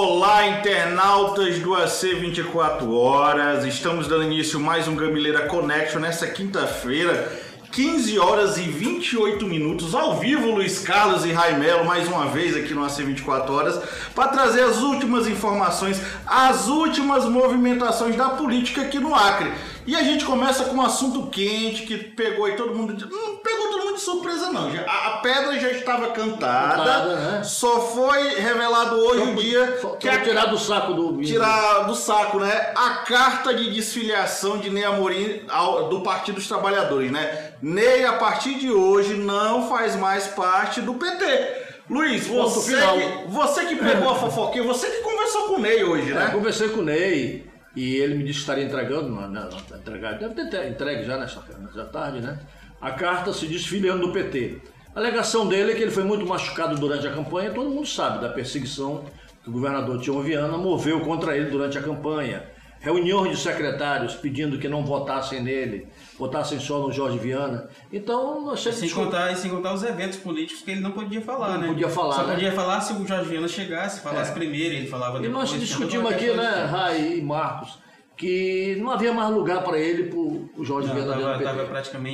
Olá, internautas do AC 24 Horas. Estamos dando início a mais um Gamileira Connection nessa quinta-feira, 15 horas e 28 minutos, ao vivo, Luiz Carlos e Raimelo, mais uma vez aqui no AC 24 Horas, para trazer as últimas informações, as últimas movimentações da política aqui no Acre. E a gente começa com um assunto quente que pegou aí todo mundo. de- Não pegou todo mundo de surpresa, não. Já- A a pedra já estava cantada, Cantada, né? só foi revelado hoje o dia Só- só que a tirar do saco do tirar do saco, né? A carta de desfiliação de Ney Amorim ao- do Partido dos Trabalhadores, né? Ney, a partir de hoje, não faz mais parte do PT. Luiz, Ponto você final. que, você que pegou a fofoquinha, você que conversou com o Ney hoje, Eu né? conversei com o Ney e ele me disse que estaria entregando, não, não, não tá entregado, deve ter te- entregue já nessa nessa tarde, né? A carta se desfiliando do PT. A alegação dele é que ele foi muito machucado durante a campanha, todo mundo sabe da perseguição que o governador Tião Viana moveu contra ele durante a campanha. Reuniões de secretários pedindo que não votassem nele, votassem só no Jorge Viana. Então, nós sempre Sem contar, e sem contar os eventos políticos que ele não podia falar, Não né? podia falar, Só né? É. podia falar se o Jorge Viana chegasse, falasse primeiro, ele falava E depois. nós então discutimos é aqui, questão né, de- Rai e Marcos, que não havia mais lugar para ele, para o Jorge Não, Viana dentro do tava, PT. tava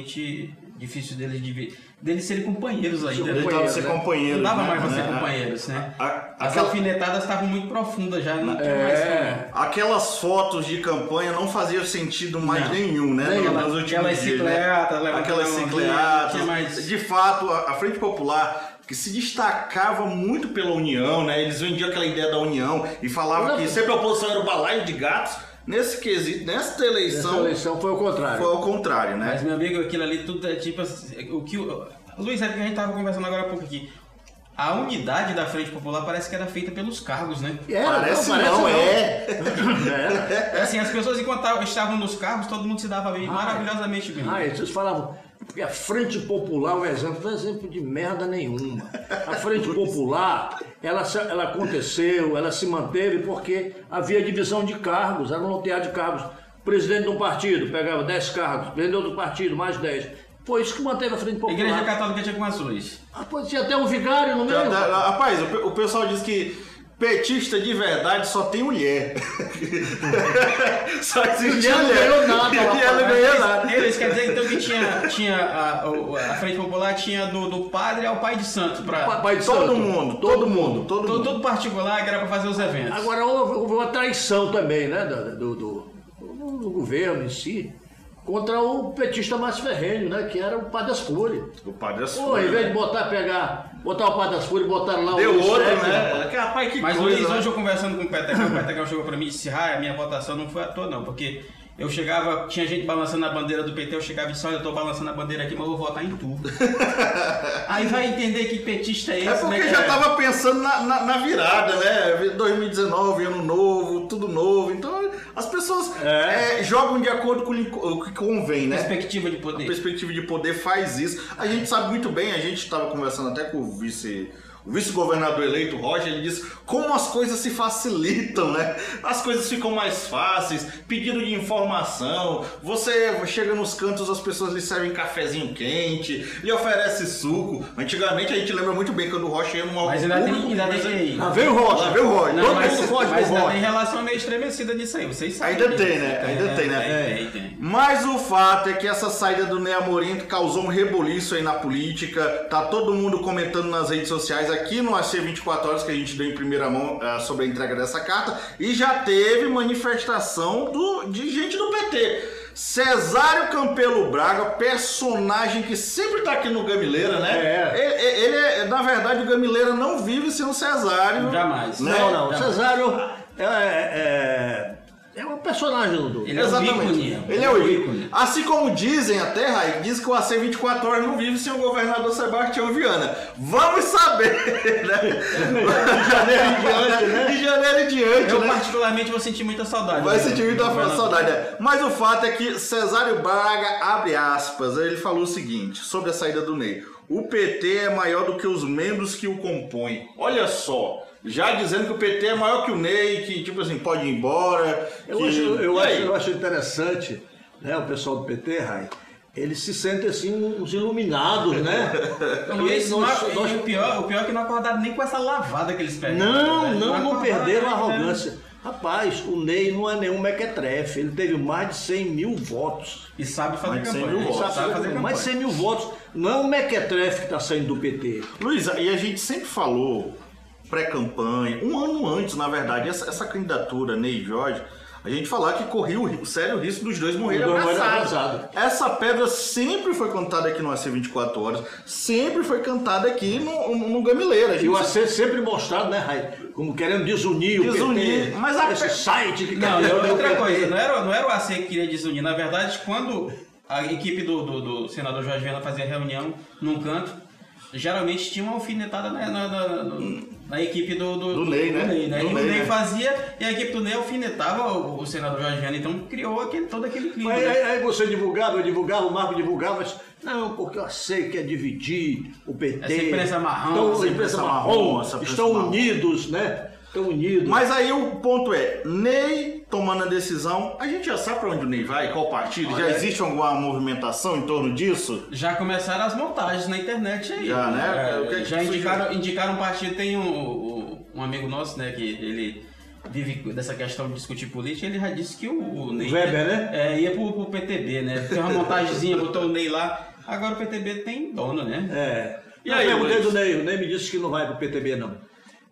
praticamente difícil deles, de, deles serem companheiros ainda. Ele né? tava Companheiros, ser né? tá, companheiro, Não dava né? mais pra ser Né? companheiros, né? A- As aquela- alfinetadas estavam muito profundas já, não tinha mais como. É, Aquelas fotos de campanha não faziam sentido mais Não. nenhum, né? Nenhum. Nos últimos Aquelas dias, cicleatas, né? levantando Aquelas a mãozinha, não cicleatas. tinha mais- De fato, a, a Frente Popular, que se destacava muito pela união, né? Eles vendiam aquela ideia da união e falavam Não. que sempre a oposição era o balaio de gatos. Nesse quesito, nesta essa eleição, eleição foi o contrário. foi ao contrário, né? Mas, meu amigo, aquilo ali tudo é tipo. assim, O que o... Luiz, é o que a gente tava conversando agora há pouco aqui. A unidade da Frente Popular parece que era feita pelos cargos, né? Era, parece não, é. Era. Assim, as pessoas enquanto tavam- estavam nos carros, todo mundo se dava bem, Ah, maravilhosamente bem. Ah, eles falavam, porque a Frente Popular, um exemplo, não é exemplo de merda nenhuma. A Frente Popular, ela, se- ela aconteceu, ela se manteve porque havia divisão de cargos, era um lotear de cargos. Presidente de um partido pegava 10 cargos, presidente de outro partido, mais 10. Foi isso que manteve a Frente a Igreja Popular. Católica tinha com azuis. Ah, pô, tinha até um vigário no meio. Tá, tá, Rapaz, o, pe- o pessoal diz que petista de verdade só tem mulher. só existe Mulher não ganhou nada, Mulher não rapaz. ganhou nada. Eles, eles quer dizer então que tinha, tinha a, o- a Frente Popular tinha do, do padre ao pai de santo. Pra, Papai de Todo Santo. mundo, todo mundo, todo todo, mundo. todo particular que era pra fazer os eventos. Agora houve, houve uma traição também, né, da- do, do- do- do governo em si, contra o petista mais ferrenho, né, que era o Padre das Flores. O padre é Pô, em vez de botar, pegar, botar o Padre das Flores, botaram lá Deu o outro, Eusébio, né? Que, Rapaz, que Mas coisa, Luiz, né? hoje eu conversando com o Petecão, o Petecão chegou pra mim e disse, ah, a minha votação não foi à toa não, porque eu chegava, tinha gente balançando a bandeira do PT, eu chegava e disse, olha, eu tô balançando a bandeira aqui, mas eu vou votar em tu. Aí vai entender que petista é esse, É porque né, já cara? tava pensando na, na- na virada, né? 2019, ano novo, tudo novo. Então as pessoas eh, jogam de acordo com o lin- o que convém, né? Perspectiva de A poder. perspectiva de poder faz isso. A gente sabe muito bem, a gente estava conversando até com o vice. O vice-governador eleito Roger, ele disse como as coisas se facilitam, né? As coisas ficam mais fáceis, pedido de informação, você chega nos cantos, as pessoas lhe servem cafezinho quente, lhe oferece suco. Antigamente a gente lembra muito bem quando o Rocha ia num algo Mas ainda tem- ainda tem- Lá veio o Rocha. Lá veio o Rocha. Não, Todo mas, mundo foge mas do ainda Rocha. tem relação meio estremecida disso aí, vocês sabem. Ainda disso. tem, né? tá Ainda tem, É, né? É, Tem, tem, tem. Mas o fato é que essa saída do Ney Amorim causou um reboliço aí na política. Tá todo mundo comentando nas redes sociais aqui no AC 24 horas que a gente deu em primeira mão ah, sobre a entrega dessa carta e já teve manifestação do- de gente do PT. Cesário Campelo Braga, personagem que sempre tá aqui no Gamileira, né? É. Ele, ele é- na verdade, o Gamileira não vive sem o Cesário. Jamais. Né? Não, não, o Não. Cesário é, é, é um personagem do... do- Ele é o Exatamente. ícone. Ele é o ícone. ícone. Assim como dizem até, Raí, diz que o AC 24 horas não vive sem o governador Sebastião Viana. Vamos saber, né? De janeiro em diante, né? De janeiro em diante, Eu né? particularmente vou sentir muita saudade. Vai né? sentir muita Vai lá. saudade. né? Mas o fato é que Cesário Braga, abre aspas, né? ele falou o seguinte sobre a saída do Ney. O PT é maior do que os membros que o compõem. Olha só. Já dizendo que o PT é maior que o Ney, que tipo assim, pode ir embora. Eu, que- acho, eu, E aí? acho, eu acho interessante né, o pessoal do PT, Rai, Eles se sentem assim uns iluminados, né? Então, E eles não, nós- e nós- o, pior, o pior é que não acordaram nem com essa lavada que eles pegam. Não, né? não, não acordaram, perderam a né? arrogância. Rapaz, o Ney não é nenhum mequetrefe. Ele teve mais de 100 mil votos. E sabe fazer Mas sem campanha. mil né? votos. Sabe fazer campanha. mais de 100 mil votos. Não é um mequetrefe que está saindo do PT. Luiz, e a gente sempre falou pré-campanha, um ano antes, na verdade, essa, essa candidatura, Ney e Jorge, a gente falar que corria o ri- sério risco dos dois morrerem dois morrerem abraçados. Essa pedra sempre foi cantada aqui no AC 24 Horas, sempre foi cantada aqui no, no, no Gamileira. A gente E o AC sempre mostrado, né, Rai? Como querendo desunir, o Desunir, PT. mas a Esse pe- site que Não, quer- não, outra coisa, não era, não era o AC que queria desunir. Na verdade, quando a equipe do, do- do senador Jorge Vela fazia reunião num canto, geralmente tinha uma alfinetada na, na- na- no- na equipe do, Do Ney, né? Ney, né? Do E o Ney, Ney né? fazia e a equipe do Ney alfinetava o, o senador Jorge Vela, então criou aquele, todo aquele clima. Aí, né? aí- aí você divulgava, eu divulgava, o Marco divulgava, mas não, porque eu sei que é dividir o PT. Essa é imprensa marrom, essa Então, a imprensa imprensa marrom, marrom, essa imprensa é estão marrom. unidos, né? Estão unidos. Mas aí o ponto é, Ney tomando a decisão, a gente já sabe pra onde o Ney vai, qual partido, já existe alguma movimentação em torno disso? Já começaram as montagens na internet aí. Já, né? É, O que é que já surgiu? indicaram, indicaram um partido, tem um, um- um amigo nosso, né, que ele vive dessa questão de discutir política, ele já disse que o, o Ney... Weber, né? É, ia pro, pro PTB, né? Tem uma montagenzinha, botou o Ney lá. Agora o PTB tem dono, né? É. E eu aí, perguntei Luiz? do Ney, o Ney me disse que não vai para o PTB, não.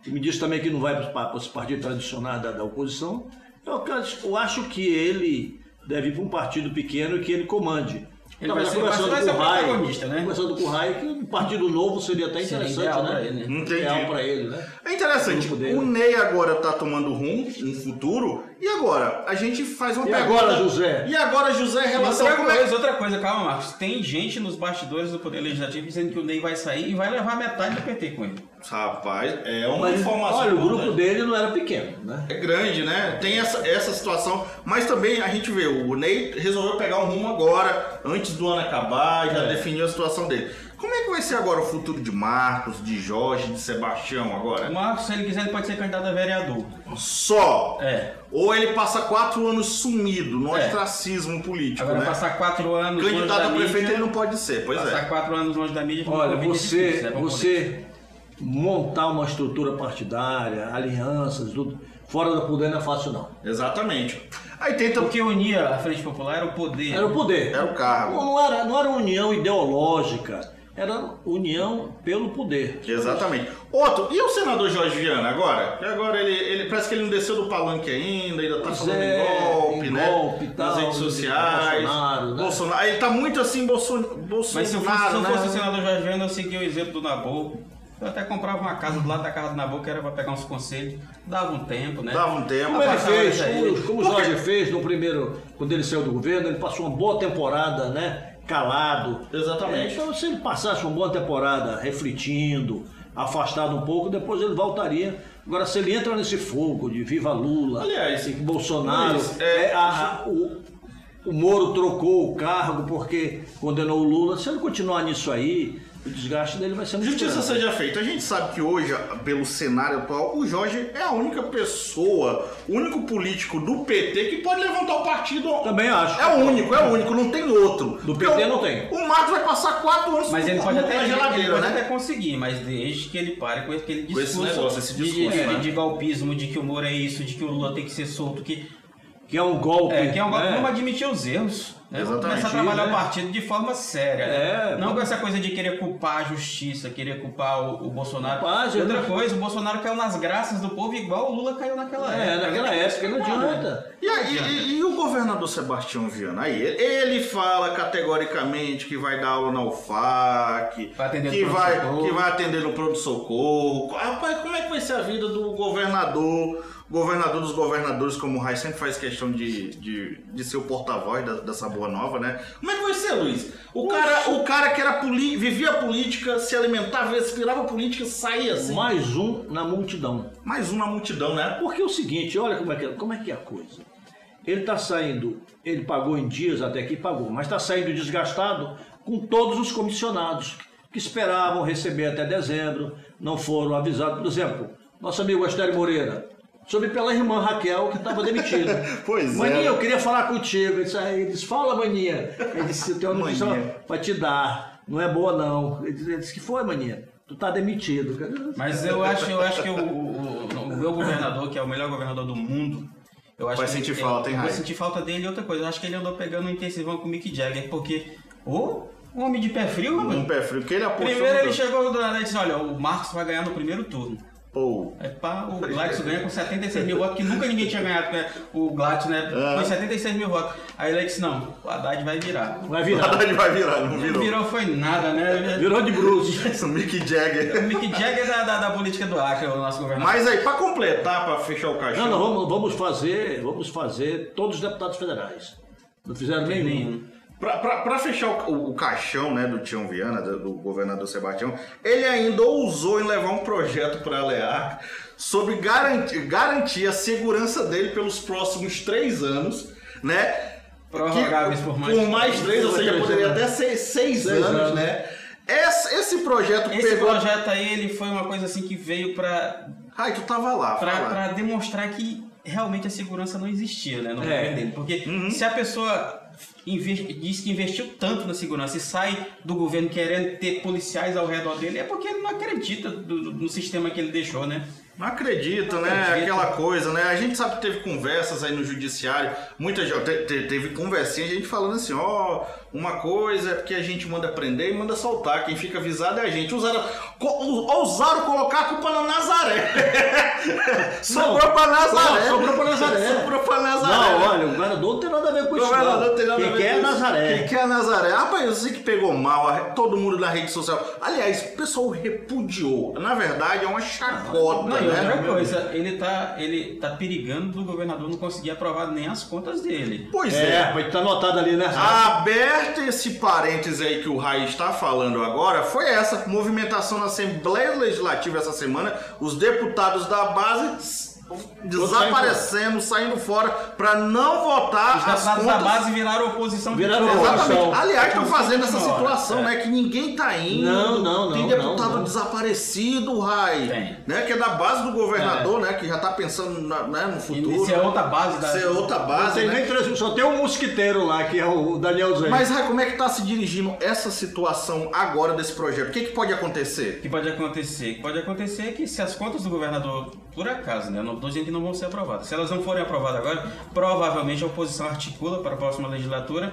E me disse também que não vai para os partidos tradicionais da, da oposição. Eu, ca- eu acho que ele deve ir para um partido pequeno e que ele comande. Então, Tava Ele vai já ser- vai ser- vai ser o protagonista, né? Conversando com o Rai, que um partido novo seria até Seria interessante, ideal né? pra ele, né? Entendi. Ideal para ele, né? É interessante, Grupo dele. o Ney agora tá tomando rumo, um futuro, e agora? A gente faz uma E pergunta. agora, José? E agora, José, em relação a outra, como é coisa, outra coisa, calma, Marcos. Tem gente nos bastidores do Poder Legislativo dizendo que o Ney vai sair e vai levar metade do PT com ele. Rapaz, é uma Mas, informação. olha, o grupo importante. dele não era pequeno, né? É grande, né? Tem essa, essa situação, mas também a gente vê, o Ney resolveu pegar um rumo agora, antes do ano acabar, e já É. definiu a situação dele. Como é que vai ser agora o futuro de Marcos, de Jorge, de Sebastião O agora? Marcos, se ele quiser, ele pode ser candidato a vereador. Só! É. Ou ele passa quatro anos sumido no É. ostracismo político, Agora, né? passar quatro anos. longe da Candidato a prefeito mídia- ele né? não pode ser, Tá pois Passar é. quatro anos longe da mídia. Olha, realmente é difícil, você, né, pra você montar uma estrutura partidária, alianças, tudo, fora do poder não é fácil, não. Exatamente. Aí política. tenta. O que unia a Frente Popular era o poder. Era o poder. Era É o cargo. Não, não era, não era união ideológica, era união pelo poder. Exatamente. Outro, e o senador Jorge Viana agora? Que agora ele, ele parece que ele não desceu do palanque ainda, ainda tá Pois falando é, em golpe, em né? golpe e Nas tal, redes de- de sociais. Bolsonaro, né? Bolsonaro. Ele tá muito assim, Bolson... Bolsonaro. Mas se eu fosse, se eu né? fosse o assim, senador Jorge Viana, eu seguia o exemplo do Nabu. Eu até comprava uma casa do lado da casa do Nabu, que era pra pegar uns conselhos. Dava um tempo, né? Dava um tempo. Como ele Abaixava fez, isso aí. como, como o Jorge fez no primeiro, quando ele saiu do governo, ele passou uma boa temporada, né? Calado. Exatamente. É, Então, se ele passasse uma boa temporada refletindo, afastado um pouco, depois ele voltaria. Agora, se ele entra nesse fogo de viva Lula, Aliás, assim, que Bolsonaro, Luiz, é, é, a- a- o, o Moro trocou o cargo porque condenou o Lula. Se ele continuar nisso aí, o desgaste dele vai ser muito Justiça grande. seja feita. A gente sabe que hoje, pelo cenário atual, o Jorge é a única pessoa, o único político do PT que pode levantar o partido. Também acho. É o único, é o único, não tem outro. Do Porque PT o- não tem. O Marcos vai passar quatro anos Mas com- ele pode, com- até, na ele geladeira, pode né? até conseguir, mas desde que ele pare com aquele Com esse discurso. negócio, esse de- discurso, de, né? de golpismo, de que o Moro é isso, de que o Lula tem que ser solto, que Que é um golpe. É, que é um golpe, né? vamos admitir os erros. Né? Vamos Exatamente. Começar a trabalhar Né? o partido de forma séria. É. né? Não com essa coisa de querer culpar a justiça, querer culpar o, o Bolsonaro. Rapaz, eu Outra não- coisa, o Bolsonaro caiu nas graças do povo igual o Lula caiu naquela É, época. né? naquela época não adianta. E, aí, e- e o governador Sebastião Viana? Aí, ele- ele fala categoricamente que vai dar aula na UFAC, Vai atender no que, vai, pronto-socorro. que vai atender no pronto-socorro. Rapaz, como é que vai ser a vida do governador, governador dos governadores, como o Rai sempre faz questão de, de, de ser o porta-voz da- dessa boa nova, né? Como é que vai ser, Luiz? O cara, o cara que era poli- vivia política, se alimentava, respirava política, saía assim. Mais um na multidão. Mais uma multidão, né? Porque é o seguinte, olha como é que é, como é, que é a coisa. Ele está saindo, ele pagou em dias até que pagou, mas está saindo desgastado com todos os comissionados que esperavam receber até dezembro, não foram avisados. Por exemplo, nosso amigo Astério Moreira, soube pela irmã Raquel, que estava demitida. Pois é. Maninha, eu queria falar contigo. Ele disse, ah, ele disse fala, maninha. Ele disse, eu tenho uma notícia Maninha. pra te dar. Não é boa, não. Ele disse, ele disse que foi, maninha. Tu tá demitido. Mas eu acho, eu acho que o, o- o- o meu governador, que é o melhor governador do mundo, eu acho Vai que sentir ele- falta, hein, eu Vou Raí? sentir falta dele e outra coisa. Eu acho que ele andou pegando um intensivão com o Mick Jagger, porque. Ô, um homem de pé frio, Um mano. pé frio, um que ele apostou. Primeiro no- ele chegou do nada e disse: Olha, o Marcos vai ganhar no primeiro turno. Pô, Aí É pá, o Gladys ganha com 76 mil votos, que nunca ninguém tinha ganhado né? o Gladys, né? Ah. Foi 76 mil votos. Aí ele disse: Não, o Haddad vai virar. Vai o virar. Haddad vai virar, não Não virou. virou foi nada, né? É Virou de bruxo. O Mick Jagger. O Mick Jagger da, da, da política do Acre, o nosso governador. Mas aí, pra completar, pra fechar o caixão. Não, não, vamos, vamos fazer, vamos fazer todos os deputados federais. Não fizeram nenhum. Pra, pra- pra fechar o, o caixão né, do Tião Viana, do, do governador Sebastião, ele ainda ousou em levar um projeto para a LEAC sobre garantir, garantir a segurança dele pelos próximos três anos, né? Prorrogáveis Que- por mais- por mais três, ou seja, Três poderia anos. até ser seis, Seis anos, anos. né? Esse, esse projeto Esse pegou. projeto aí, ele foi uma coisa assim que veio pra, Ai, tu tava lá. pra, fala. pra demonstrar que realmente a segurança não existia, né, no É. governo dele. Porque Uhum. se a pessoa inve- diz que investiu tanto na segurança e sai do governo querendo ter policiais ao redor dele, é porque ele não acredita do- do- no sistema que ele deixou, né? Não acredito, Não né? acredito. Aquela coisa, né? A gente sabe que teve conversas aí no judiciário, muita gente te- te- teve conversinha, a gente falando assim, ó, uma coisa é porque a gente manda prender e manda soltar, quem fica avisado é a gente. Usaram, co- ousaram colocar a culpa na Nazaré. sobrou pra Nazaré. Não, sobrou pra Nazaré. Sobrou pra Nazaré. Não, olha, o governador não tem nada a ver com O isso. governador não. tem nada a Quem ver quer com é isso. Nazaré. Quem quer é Nazaré. Rapaz, eu sei que pegou mal a re- todo mundo na rede social. Aliás, o pessoal repudiou. Na verdade, é uma chacota, Não, e né? outra coisa, ele tá, ele tá perigando do governador não conseguir aprovar nem as contas dele. Pois é. Ah, É, mas tá anotado ali, né? Aberto esse parêntese aí que o Raí está falando agora, foi essa movimentação na Assembleia Legislativa essa semana. Os deputados da base s- desaparecendo, saindo fora para não votar Os as deputados contas. da base viraram oposição. Viraram Exatamente. oposição. Aliás, estão fazendo essa Hora. situação, né? Que ninguém tá indo. Não, não, Tem não, deputado não, não. desaparecido, Rai. Tem. É. Né? Que é da base do governador, né? Que já tá pensando na- né, no futuro. Isso é outra base da... Isso é outra Não base. tem né? nem três, só tem um mosquiteiro lá, que é o Daniel Zé. Mas Rai, como é que tá se dirigindo essa situação agora desse projeto? O que, que pode acontecer? O que pode acontecer? O que Pode acontecer é que se as contas do governador, por acaso, né, não estou dizendo que não vão ser aprovadas. Se elas não forem aprovadas agora, provavelmente a oposição articula para a próxima legislatura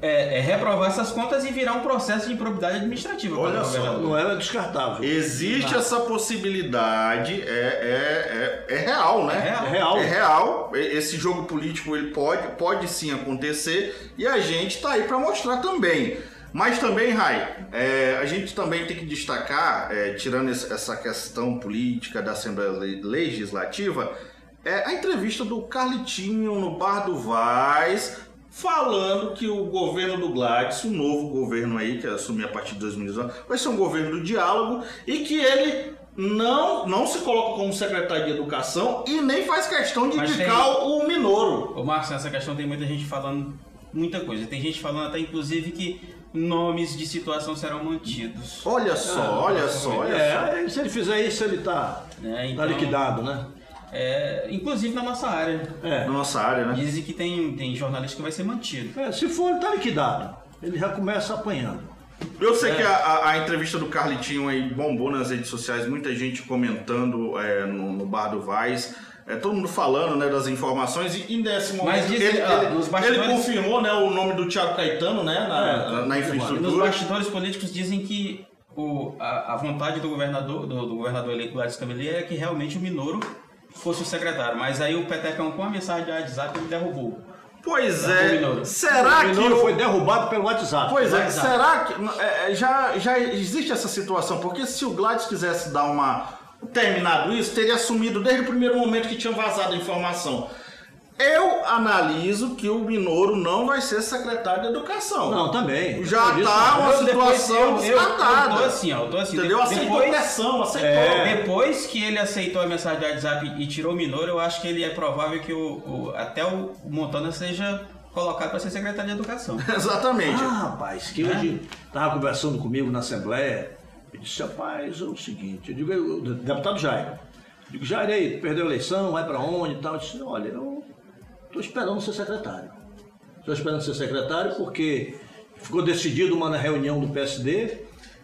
é, é, reprovar essas contas e virar um processo de improbidade administrativa. Olha contra o só. governador. Não é descartável. Existe essa possibilidade, é, é, é, é real, né? É É real. real. É real. E- Esse jogo político ele pode, pode sim acontecer e a gente tá aí para mostrar também. Mas também, Rai, é, a gente também tem que destacar, é, tirando esse- essa questão política da Assembleia Le- Legislativa, é, a entrevista do Carlitinho no Bar do Vaz, falando que o governo do Gladys, o novo governo aí, que assumir a partir de 2019, vai ser um governo do diálogo e que ele não, não se coloca como secretário de educação e nem faz questão de Mas indicar tem- o Minoro. Ô Marcos, nessa questão tem muita gente falando muita coisa. Tem gente falando até, inclusive, que nomes de situação serão mantidos. Olha só, Ah, olha só, olha só. É, então. É, se ele fizer isso, ele tá, Né? tá liquidado, né? é, inclusive na nossa área. É. Na nossa área, né? Dizem que tem, tem jornalista que vai ser mantido. É, se for, ele tá liquidado. Ele já começa apanhando. Eu É. sei que a, a- a entrevista do Carlitinho aí bombou nas redes sociais, muita gente comentando é, no, no bar do Vaz. É, todo mundo falando né, das informações e, e nesse momento Mas dizem, ele, ó, ele- nos ele bastidores- confirmou né, o nome do Thiago Caetano né, na, É, na- na Nos infraestrutura. bastidores políticos dizem que o, a, a vontade do governador, do, do governador eleito Gladys Camelier é que realmente o Minoro fosse o secretário. Mas aí o Petecão, com a mensagem de WhatsApp, ele derrubou. Pois Não, é, Minoro. será o que Minoro o- foi derrubado pelo WhatsApp. Pois é, WhatsApp. será que é, é, já, já existe essa situação? Porque se o Gladys quisesse dar uma terminado isso, teria assumido desde o primeiro momento que tinha vazado a informação. Eu analiso que o Minoro não vai ser secretário de educação. Não, também. Já Por isso, tá uma Eu, depois, situação eu, eu, eu tô descartada. assim, ó, eu tô assim. Entendeu? de- Aceitou a depois, pressão, aceitou. É. depois que ele aceitou a mensagem de WhatsApp e tirou o Minoro, eu acho que ele é provável que o, o- até o Montana seja colocado para ser secretário de educação. Exatamente. Ah, rapaz, que hoje estava conversando comigo na Assembleia, e disse, rapaz, é o seguinte, eu digo, eu- o deputado Jairo, Digo, Jair, e aí, tu perdeu a eleição, vai para onde e tal? Eu disse, olha, eu estou esperando ser secretário. Estou esperando ser secretário porque ficou decidido uma reunião do PSD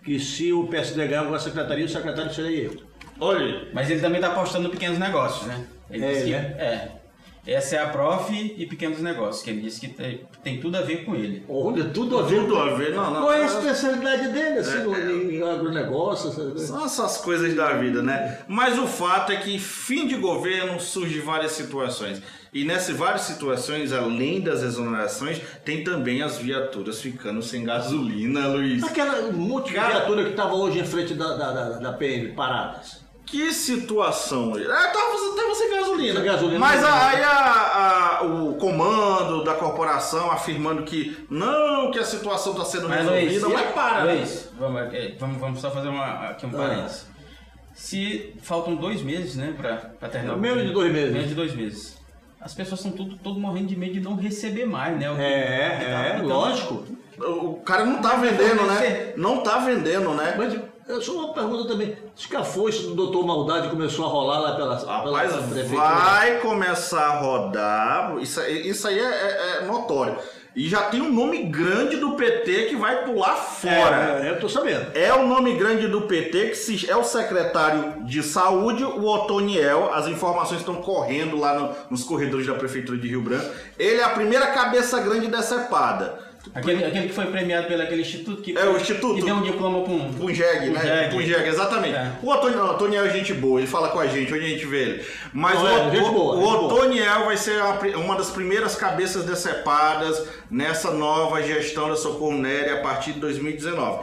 que se o PSD ganhar alguma secretaria, o secretário seria eu. Olha, Mas ele também tá apostando em pequenos negócios, né? Ele É, disse que- né? é. Essa é a prof e pequenos negócios, que ele disse que tem, tem tudo a ver com ele. Olha, tudo a ver. tudo a ver, não, não. Qual é a especialidade dele, assim, no, em em agronegócio? essas coisas? São essas coisas da vida, né? Mas o fato é que fim de governo surge várias situações. E nessas várias situações, além das exonerações, tem também as viaturas ficando sem gasolina, Luiz. Aquela um monte de Cara- viatura que estava hoje em frente da, da, da, da PM, paradas. Que situação! É, tava, tava sem gasolina. Sem gasolina. Mas a- aí a- a- o comando da corporação afirmando que não, que a situação está sendo Mas Luiz, resolvida, mas para. né? Luiz, vamos, é, vamos, vamos só fazer uma, Ah. aqui um parênteses. Se faltam dois meses, né, pra, pra terminar. o É, Menos governo. de dois meses. Menos de dois meses. As pessoas estão tudo, todo morrendo de medo de não receber mais, né? o que- o que tá É, é, aplicando. lógico. O o cara não tá vendendo, né? fornecer. Não tá vendendo, né? Mas eu só uma pergunta também. Diz que a foice do doutor Maldade começou a rolar lá pela, Rapaz, pela prefeitura. vai começar a rodar. Isso, aí- isso aí é, é- é notório. E já tem um nome grande do PT que vai pular fora. É, é, eu tô sabendo. É o nome grande do PT, que se- é o secretário de saúde, o Otoniel. As informações estão correndo lá no- nos corredores da Prefeitura de Rio Branco. Ele é a primeira cabeça grande decepada. Aquele, aquele que foi premiado pelo aquele instituto que, É, o instituto. que deu um diploma pra um. Punjeg, né? Punjeg. Punjeg, exatamente. É. O Otoniel, o Otoniel é gente boa, ele fala com a gente, onde a gente vê ele. Mas Não, o, é, gente o- boa, o gente boa. Otoniel vai ser a pri- uma das primeiras cabeças decepadas nessa nova gestão da Socorro Nery a partir de 2019.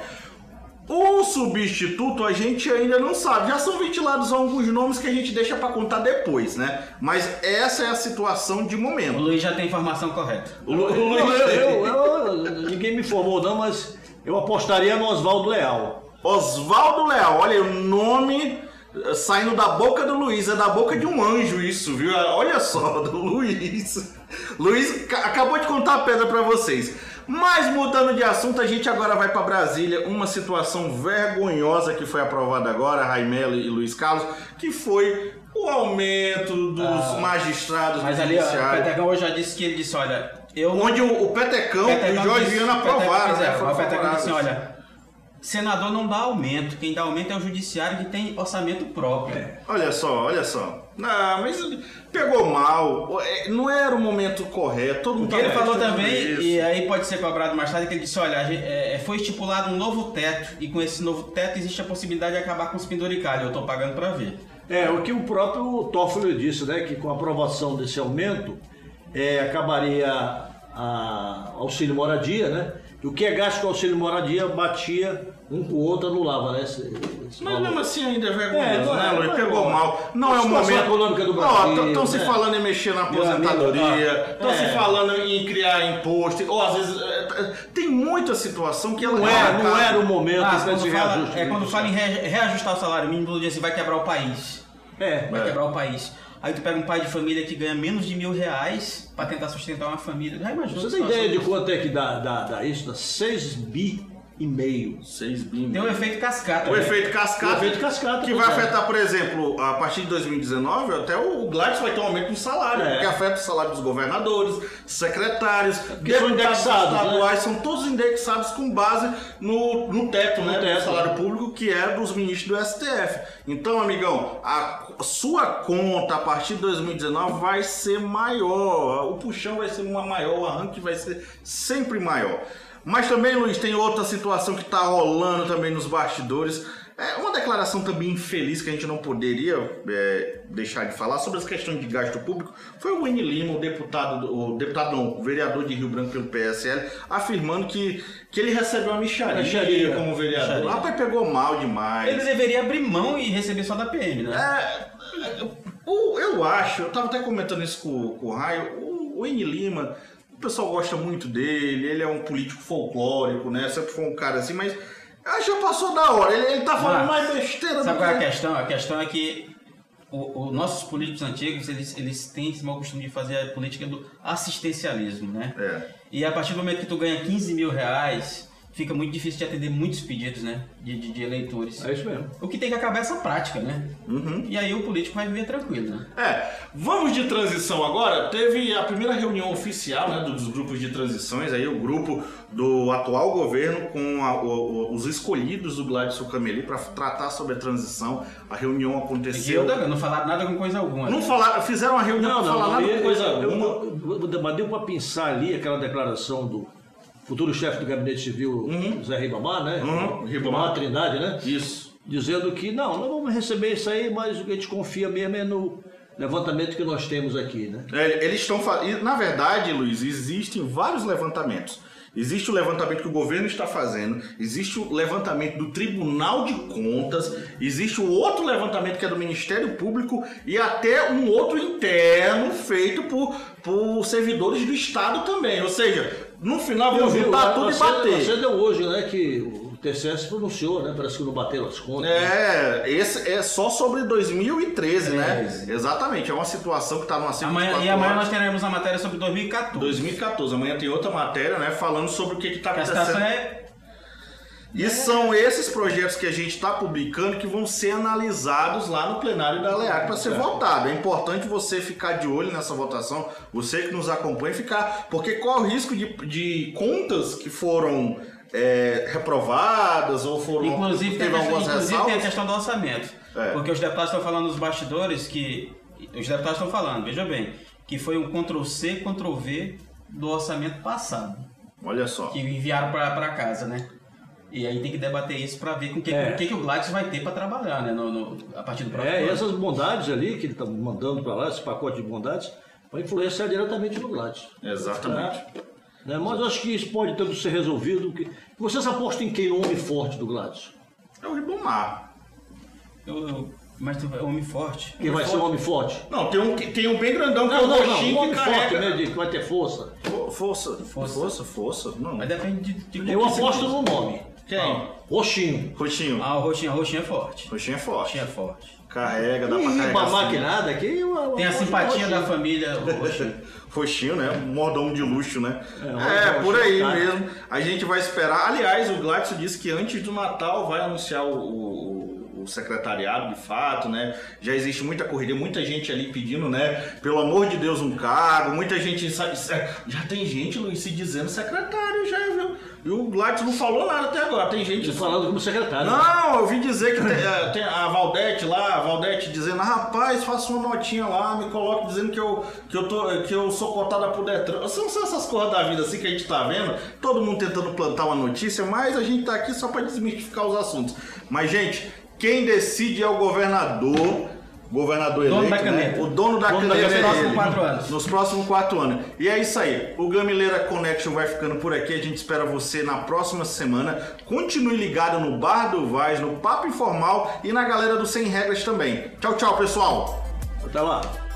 O substituto a gente ainda não sabe. Já são ventilados alguns nomes que a gente deixa pra contar depois, né? Mas essa é a situação de O momento. Luiz já tem a informação correta. O Lu- o Não, Luiz- eu- eu- eu- ninguém me informou não, mas eu apostaria no Oswaldo Leal. Oswaldo Leal, olha aí, o nome eh, saindo da boca do Luiz, é da boca de um anjo isso, viu? Ah, Olha só, do Luiz. Luiz ca- acabou de contar a pedra pra vocês. Mas mudando de assunto, a gente agora vai pra Brasília, uma situação vergonhosa que foi aprovada agora, Raimelo e Luiz Carlos, que foi o aumento dos magistrados Ah, Mas do ali, ó, o judiciário. Petecão hoje já disse que ele disse, olha, eu Onde o, o Petecão e o Jorge Viana aprovaram, né? Foram O é, Petecão disse, assim, favoráveis. olha, senador não dá aumento, quem dá aumento é o judiciário que tem orçamento próprio. Olha só, olha só. Ah, mas pegou mal. É, Não era o momento correto. Todo O mundo que tava ele falou gastando também, É, isso. é- e aí pode ser cobrado mais tarde, que ele disse, olha, a gen- é, foi estipulado um novo teto, e com esse novo teto existe a possibilidade de acabar com os penduricalhos, eu tô pagando pra ver. É, o que o próprio Toffoli disse, né? Que com a aprovação desse aumento, é, acabaria a auxílio moradia, né? E o que é gasto com auxílio moradia batia um com o outro, anulava, né? esse- esse Mas valor. mesmo assim ainda é vergonhoso, É, não é, né, Luiz? não é Pegou bom. mal. Não é A o situação momento. econômica do Brasil, Estão se né? falando em mexer na Meu amigo, aposentadoria, ó, estão se é. falando em criar imposto. Ou às vezes. é, t- Tem muita situação que ela Não era, ela não acaba- era o momento Ah, para esse quando fala, reajuste. é quando fala em re- reajustar o salário mínimo, ele diz assim, vai quebrar o país. É. Vai É. quebrar o país. Aí tu pega um pai de família que ganha menos de mil reais pra tentar sustentar uma família. Já imagina. Você tem ideia de quanto é que dá, dá, dá isso? Dá 6 bi e meio. Seis bi. Tem um efeito cascata. O né? efeito cascata. O efeito cascata, Que pois vai é. afetar, por exemplo, a partir de 2019, até o o Gladys vai ter um aumento no salário, É. porque afeta o salário dos governadores, secretários, porque são indexados, né? estaduais, são todos indexados com base no, no teto, né? teto. Do salário público que é dos ministros do STF. Então, amigão, a sua conta a partir de 2019 vai ser maior. O puxão vai ser uma maior, o arranque vai ser sempre maior. Mas também, Luiz, tem outra situação que está rolando também nos bastidores. É uma declaração também infeliz que a gente não poderia é, deixar de falar sobre as questões de gasto público. Foi o Wayne Lima, o deputado, do- o deputado não, o vereador de Rio Branco pelo PSL, afirmando que, que ele recebeu uma micharia, Micharia. como vereador. Micharia. Rapaz, pegou mal Ele demais. deveria abrir mão e receber só da PM, né? É, o- eu acho, eu tava até comentando isso com, com o Raio, o, o N. Lima, o pessoal gosta muito dele, ele é um político folclórico, né? Sempre foi um cara assim, mas acho que já passou da hora. Ele, ele tá falando Mas, mais besteira Sabe do qual é a que. questão? A questão é que o- o- nossos políticos antigos, eles, eles têm esse mau costume de fazer a política do assistencialismo, né? É. E a partir do momento que tu ganha 15 mil reais, fica muito difícil de atender muitos pedidos, né? De, de, de eleitores. É isso mesmo. O que tem que acabar é essa prática, né? E aí o político vai viver tranquilo, né? É, vamos de transição agora. Teve a primeira reunião oficial né, dos grupos de transições, aí o grupo do atual governo com a- o- o- os escolhidos do Gladson Cameli para tratar sobre a transição. A reunião E eu aconteceu. não falaram nada com coisa alguma. Não né? falaram, fizeram uma reunião Não, para falar não, nada eu- de coisa eu- eu- alguma. eu- eu- Mas deu para pensar ali aquela declaração do futuro chefe do gabinete civil, Zé Ribamar, né? Uhum, Ribamar. Trindade, né? Isso. Dizendo que não, nós vamos receber isso aí, mas o que a gente confia mesmo é no levantamento que nós temos aqui, né? É, eles estão fa- e, Na verdade, Luiz, existem vários levantamentos. Existe o levantamento que o governo está fazendo, existe o levantamento do Tribunal de Contas, existe o outro levantamento que é do Ministério Público e até um outro interno feito por, por servidores do Estado também. Ou seja, no final vamos vi, juntar tudo e você, bater. Você deu hoje, né, que o TCE se pronunciou, né? Parece que não bateram as contas. né? É, esse é só sobre 2013, né? 13. Exatamente, é uma situação que está numa Amanhã, e amanhã nós teremos a matéria sobre 2014. 2014. Amanhã tem outra matéria, né? Falando sobre o que está Que a situação acontecendo. é E são esses projetos que a gente está publicando que vão ser analisados lá no plenário da LEAC para ser votado. É importante você ficar de olho nessa votação, você que nos acompanha ficar, porque qual o risco de, de contas que foram é, reprovadas ou foram Inclusive, tem, teve a questão, algumas inclusive tem a ressalvas? questão do orçamento. É. Porque os deputados estão falando nos bastidores que. Os deputados estão falando, veja bem, que foi um Ctrl-C, Ctrl-V do orçamento passado, Olha só. que enviaram para casa, né? E aí tem que debater isso para ver com que, É. com que, que o Gladys vai ter para trabalhar, né? no- no- a partir do próximo É, e ano. essas bondades ali que ele está mandando para lá, esse pacote de bondades, vai influenciar diretamente no Gladys. Exatamente. Né? Mas eu acho que isso pode tanto ser resolvido. Que... Vocês apostam em quem é o homem forte do Gladys? É o Ribomar. Eu- eu- mas tu é homem forte. Quem vai ser o homem forte? Não, tem um, que- tem um bem grandão que é Não, o não, não. O Roxinho que homem forte, carrega. né? de- que vai ter força. Fo- Força, força, Força. força, força. Não. Mas é- depende de. de Eu aposto no nome. Quem? Roxinho. Roxinho. Ah, o Roxinha, Roxinha é forte. Roxinho é forte. Roxinha é forte. Carrega, dá pra E carregar. pra assim. maquinada aqui... eu- eu Tem a aposto no simpatia Roxinho. da família, o Roxinha. Roxinho, né? Um mordomo de luxo, né? É, É, olha, por aí cara. mesmo. A gente vai esperar. Aliás, o Gladson disse que antes do Natal vai anunciar o, o- o secretariado, de fato, né? Já existe muita corrida, muita gente ali pedindo, né? Pelo amor de Deus, um cargo. Muita gente... sabe- Já tem gente, Luiz, se dizendo secretário já, viu? E o Gladson não falou nada até agora. Tem gente... Ele falando como secretário. Não, eu vim dizer que tem, eh, tem a Valdete lá, a Valdete dizendo, "Ah, rapaz, faça uma notinha lá, me coloque dizendo que eu, que eu, tô, que eu sou cotada por Detran. São só essas coisas da vida assim que a gente tá vendo, todo mundo tentando plantar uma notícia, mas a gente tá aqui só pra desmistificar os assuntos. Mas, gente, quem decide é o governador. Governador Dono eleito, da caneta. né? o dono da Dono da caneta caneta. é Nos próximos ele. quatro anos. Nos próximos quatro anos. E é isso aí. O Gamileira Connection vai ficando por aqui. A gente espera você na próxima semana. Continue ligado no Bar do Vaz, no Papo Informal e na galera do Sem Regras também. Tchau, tchau, pessoal. Até Tá lá.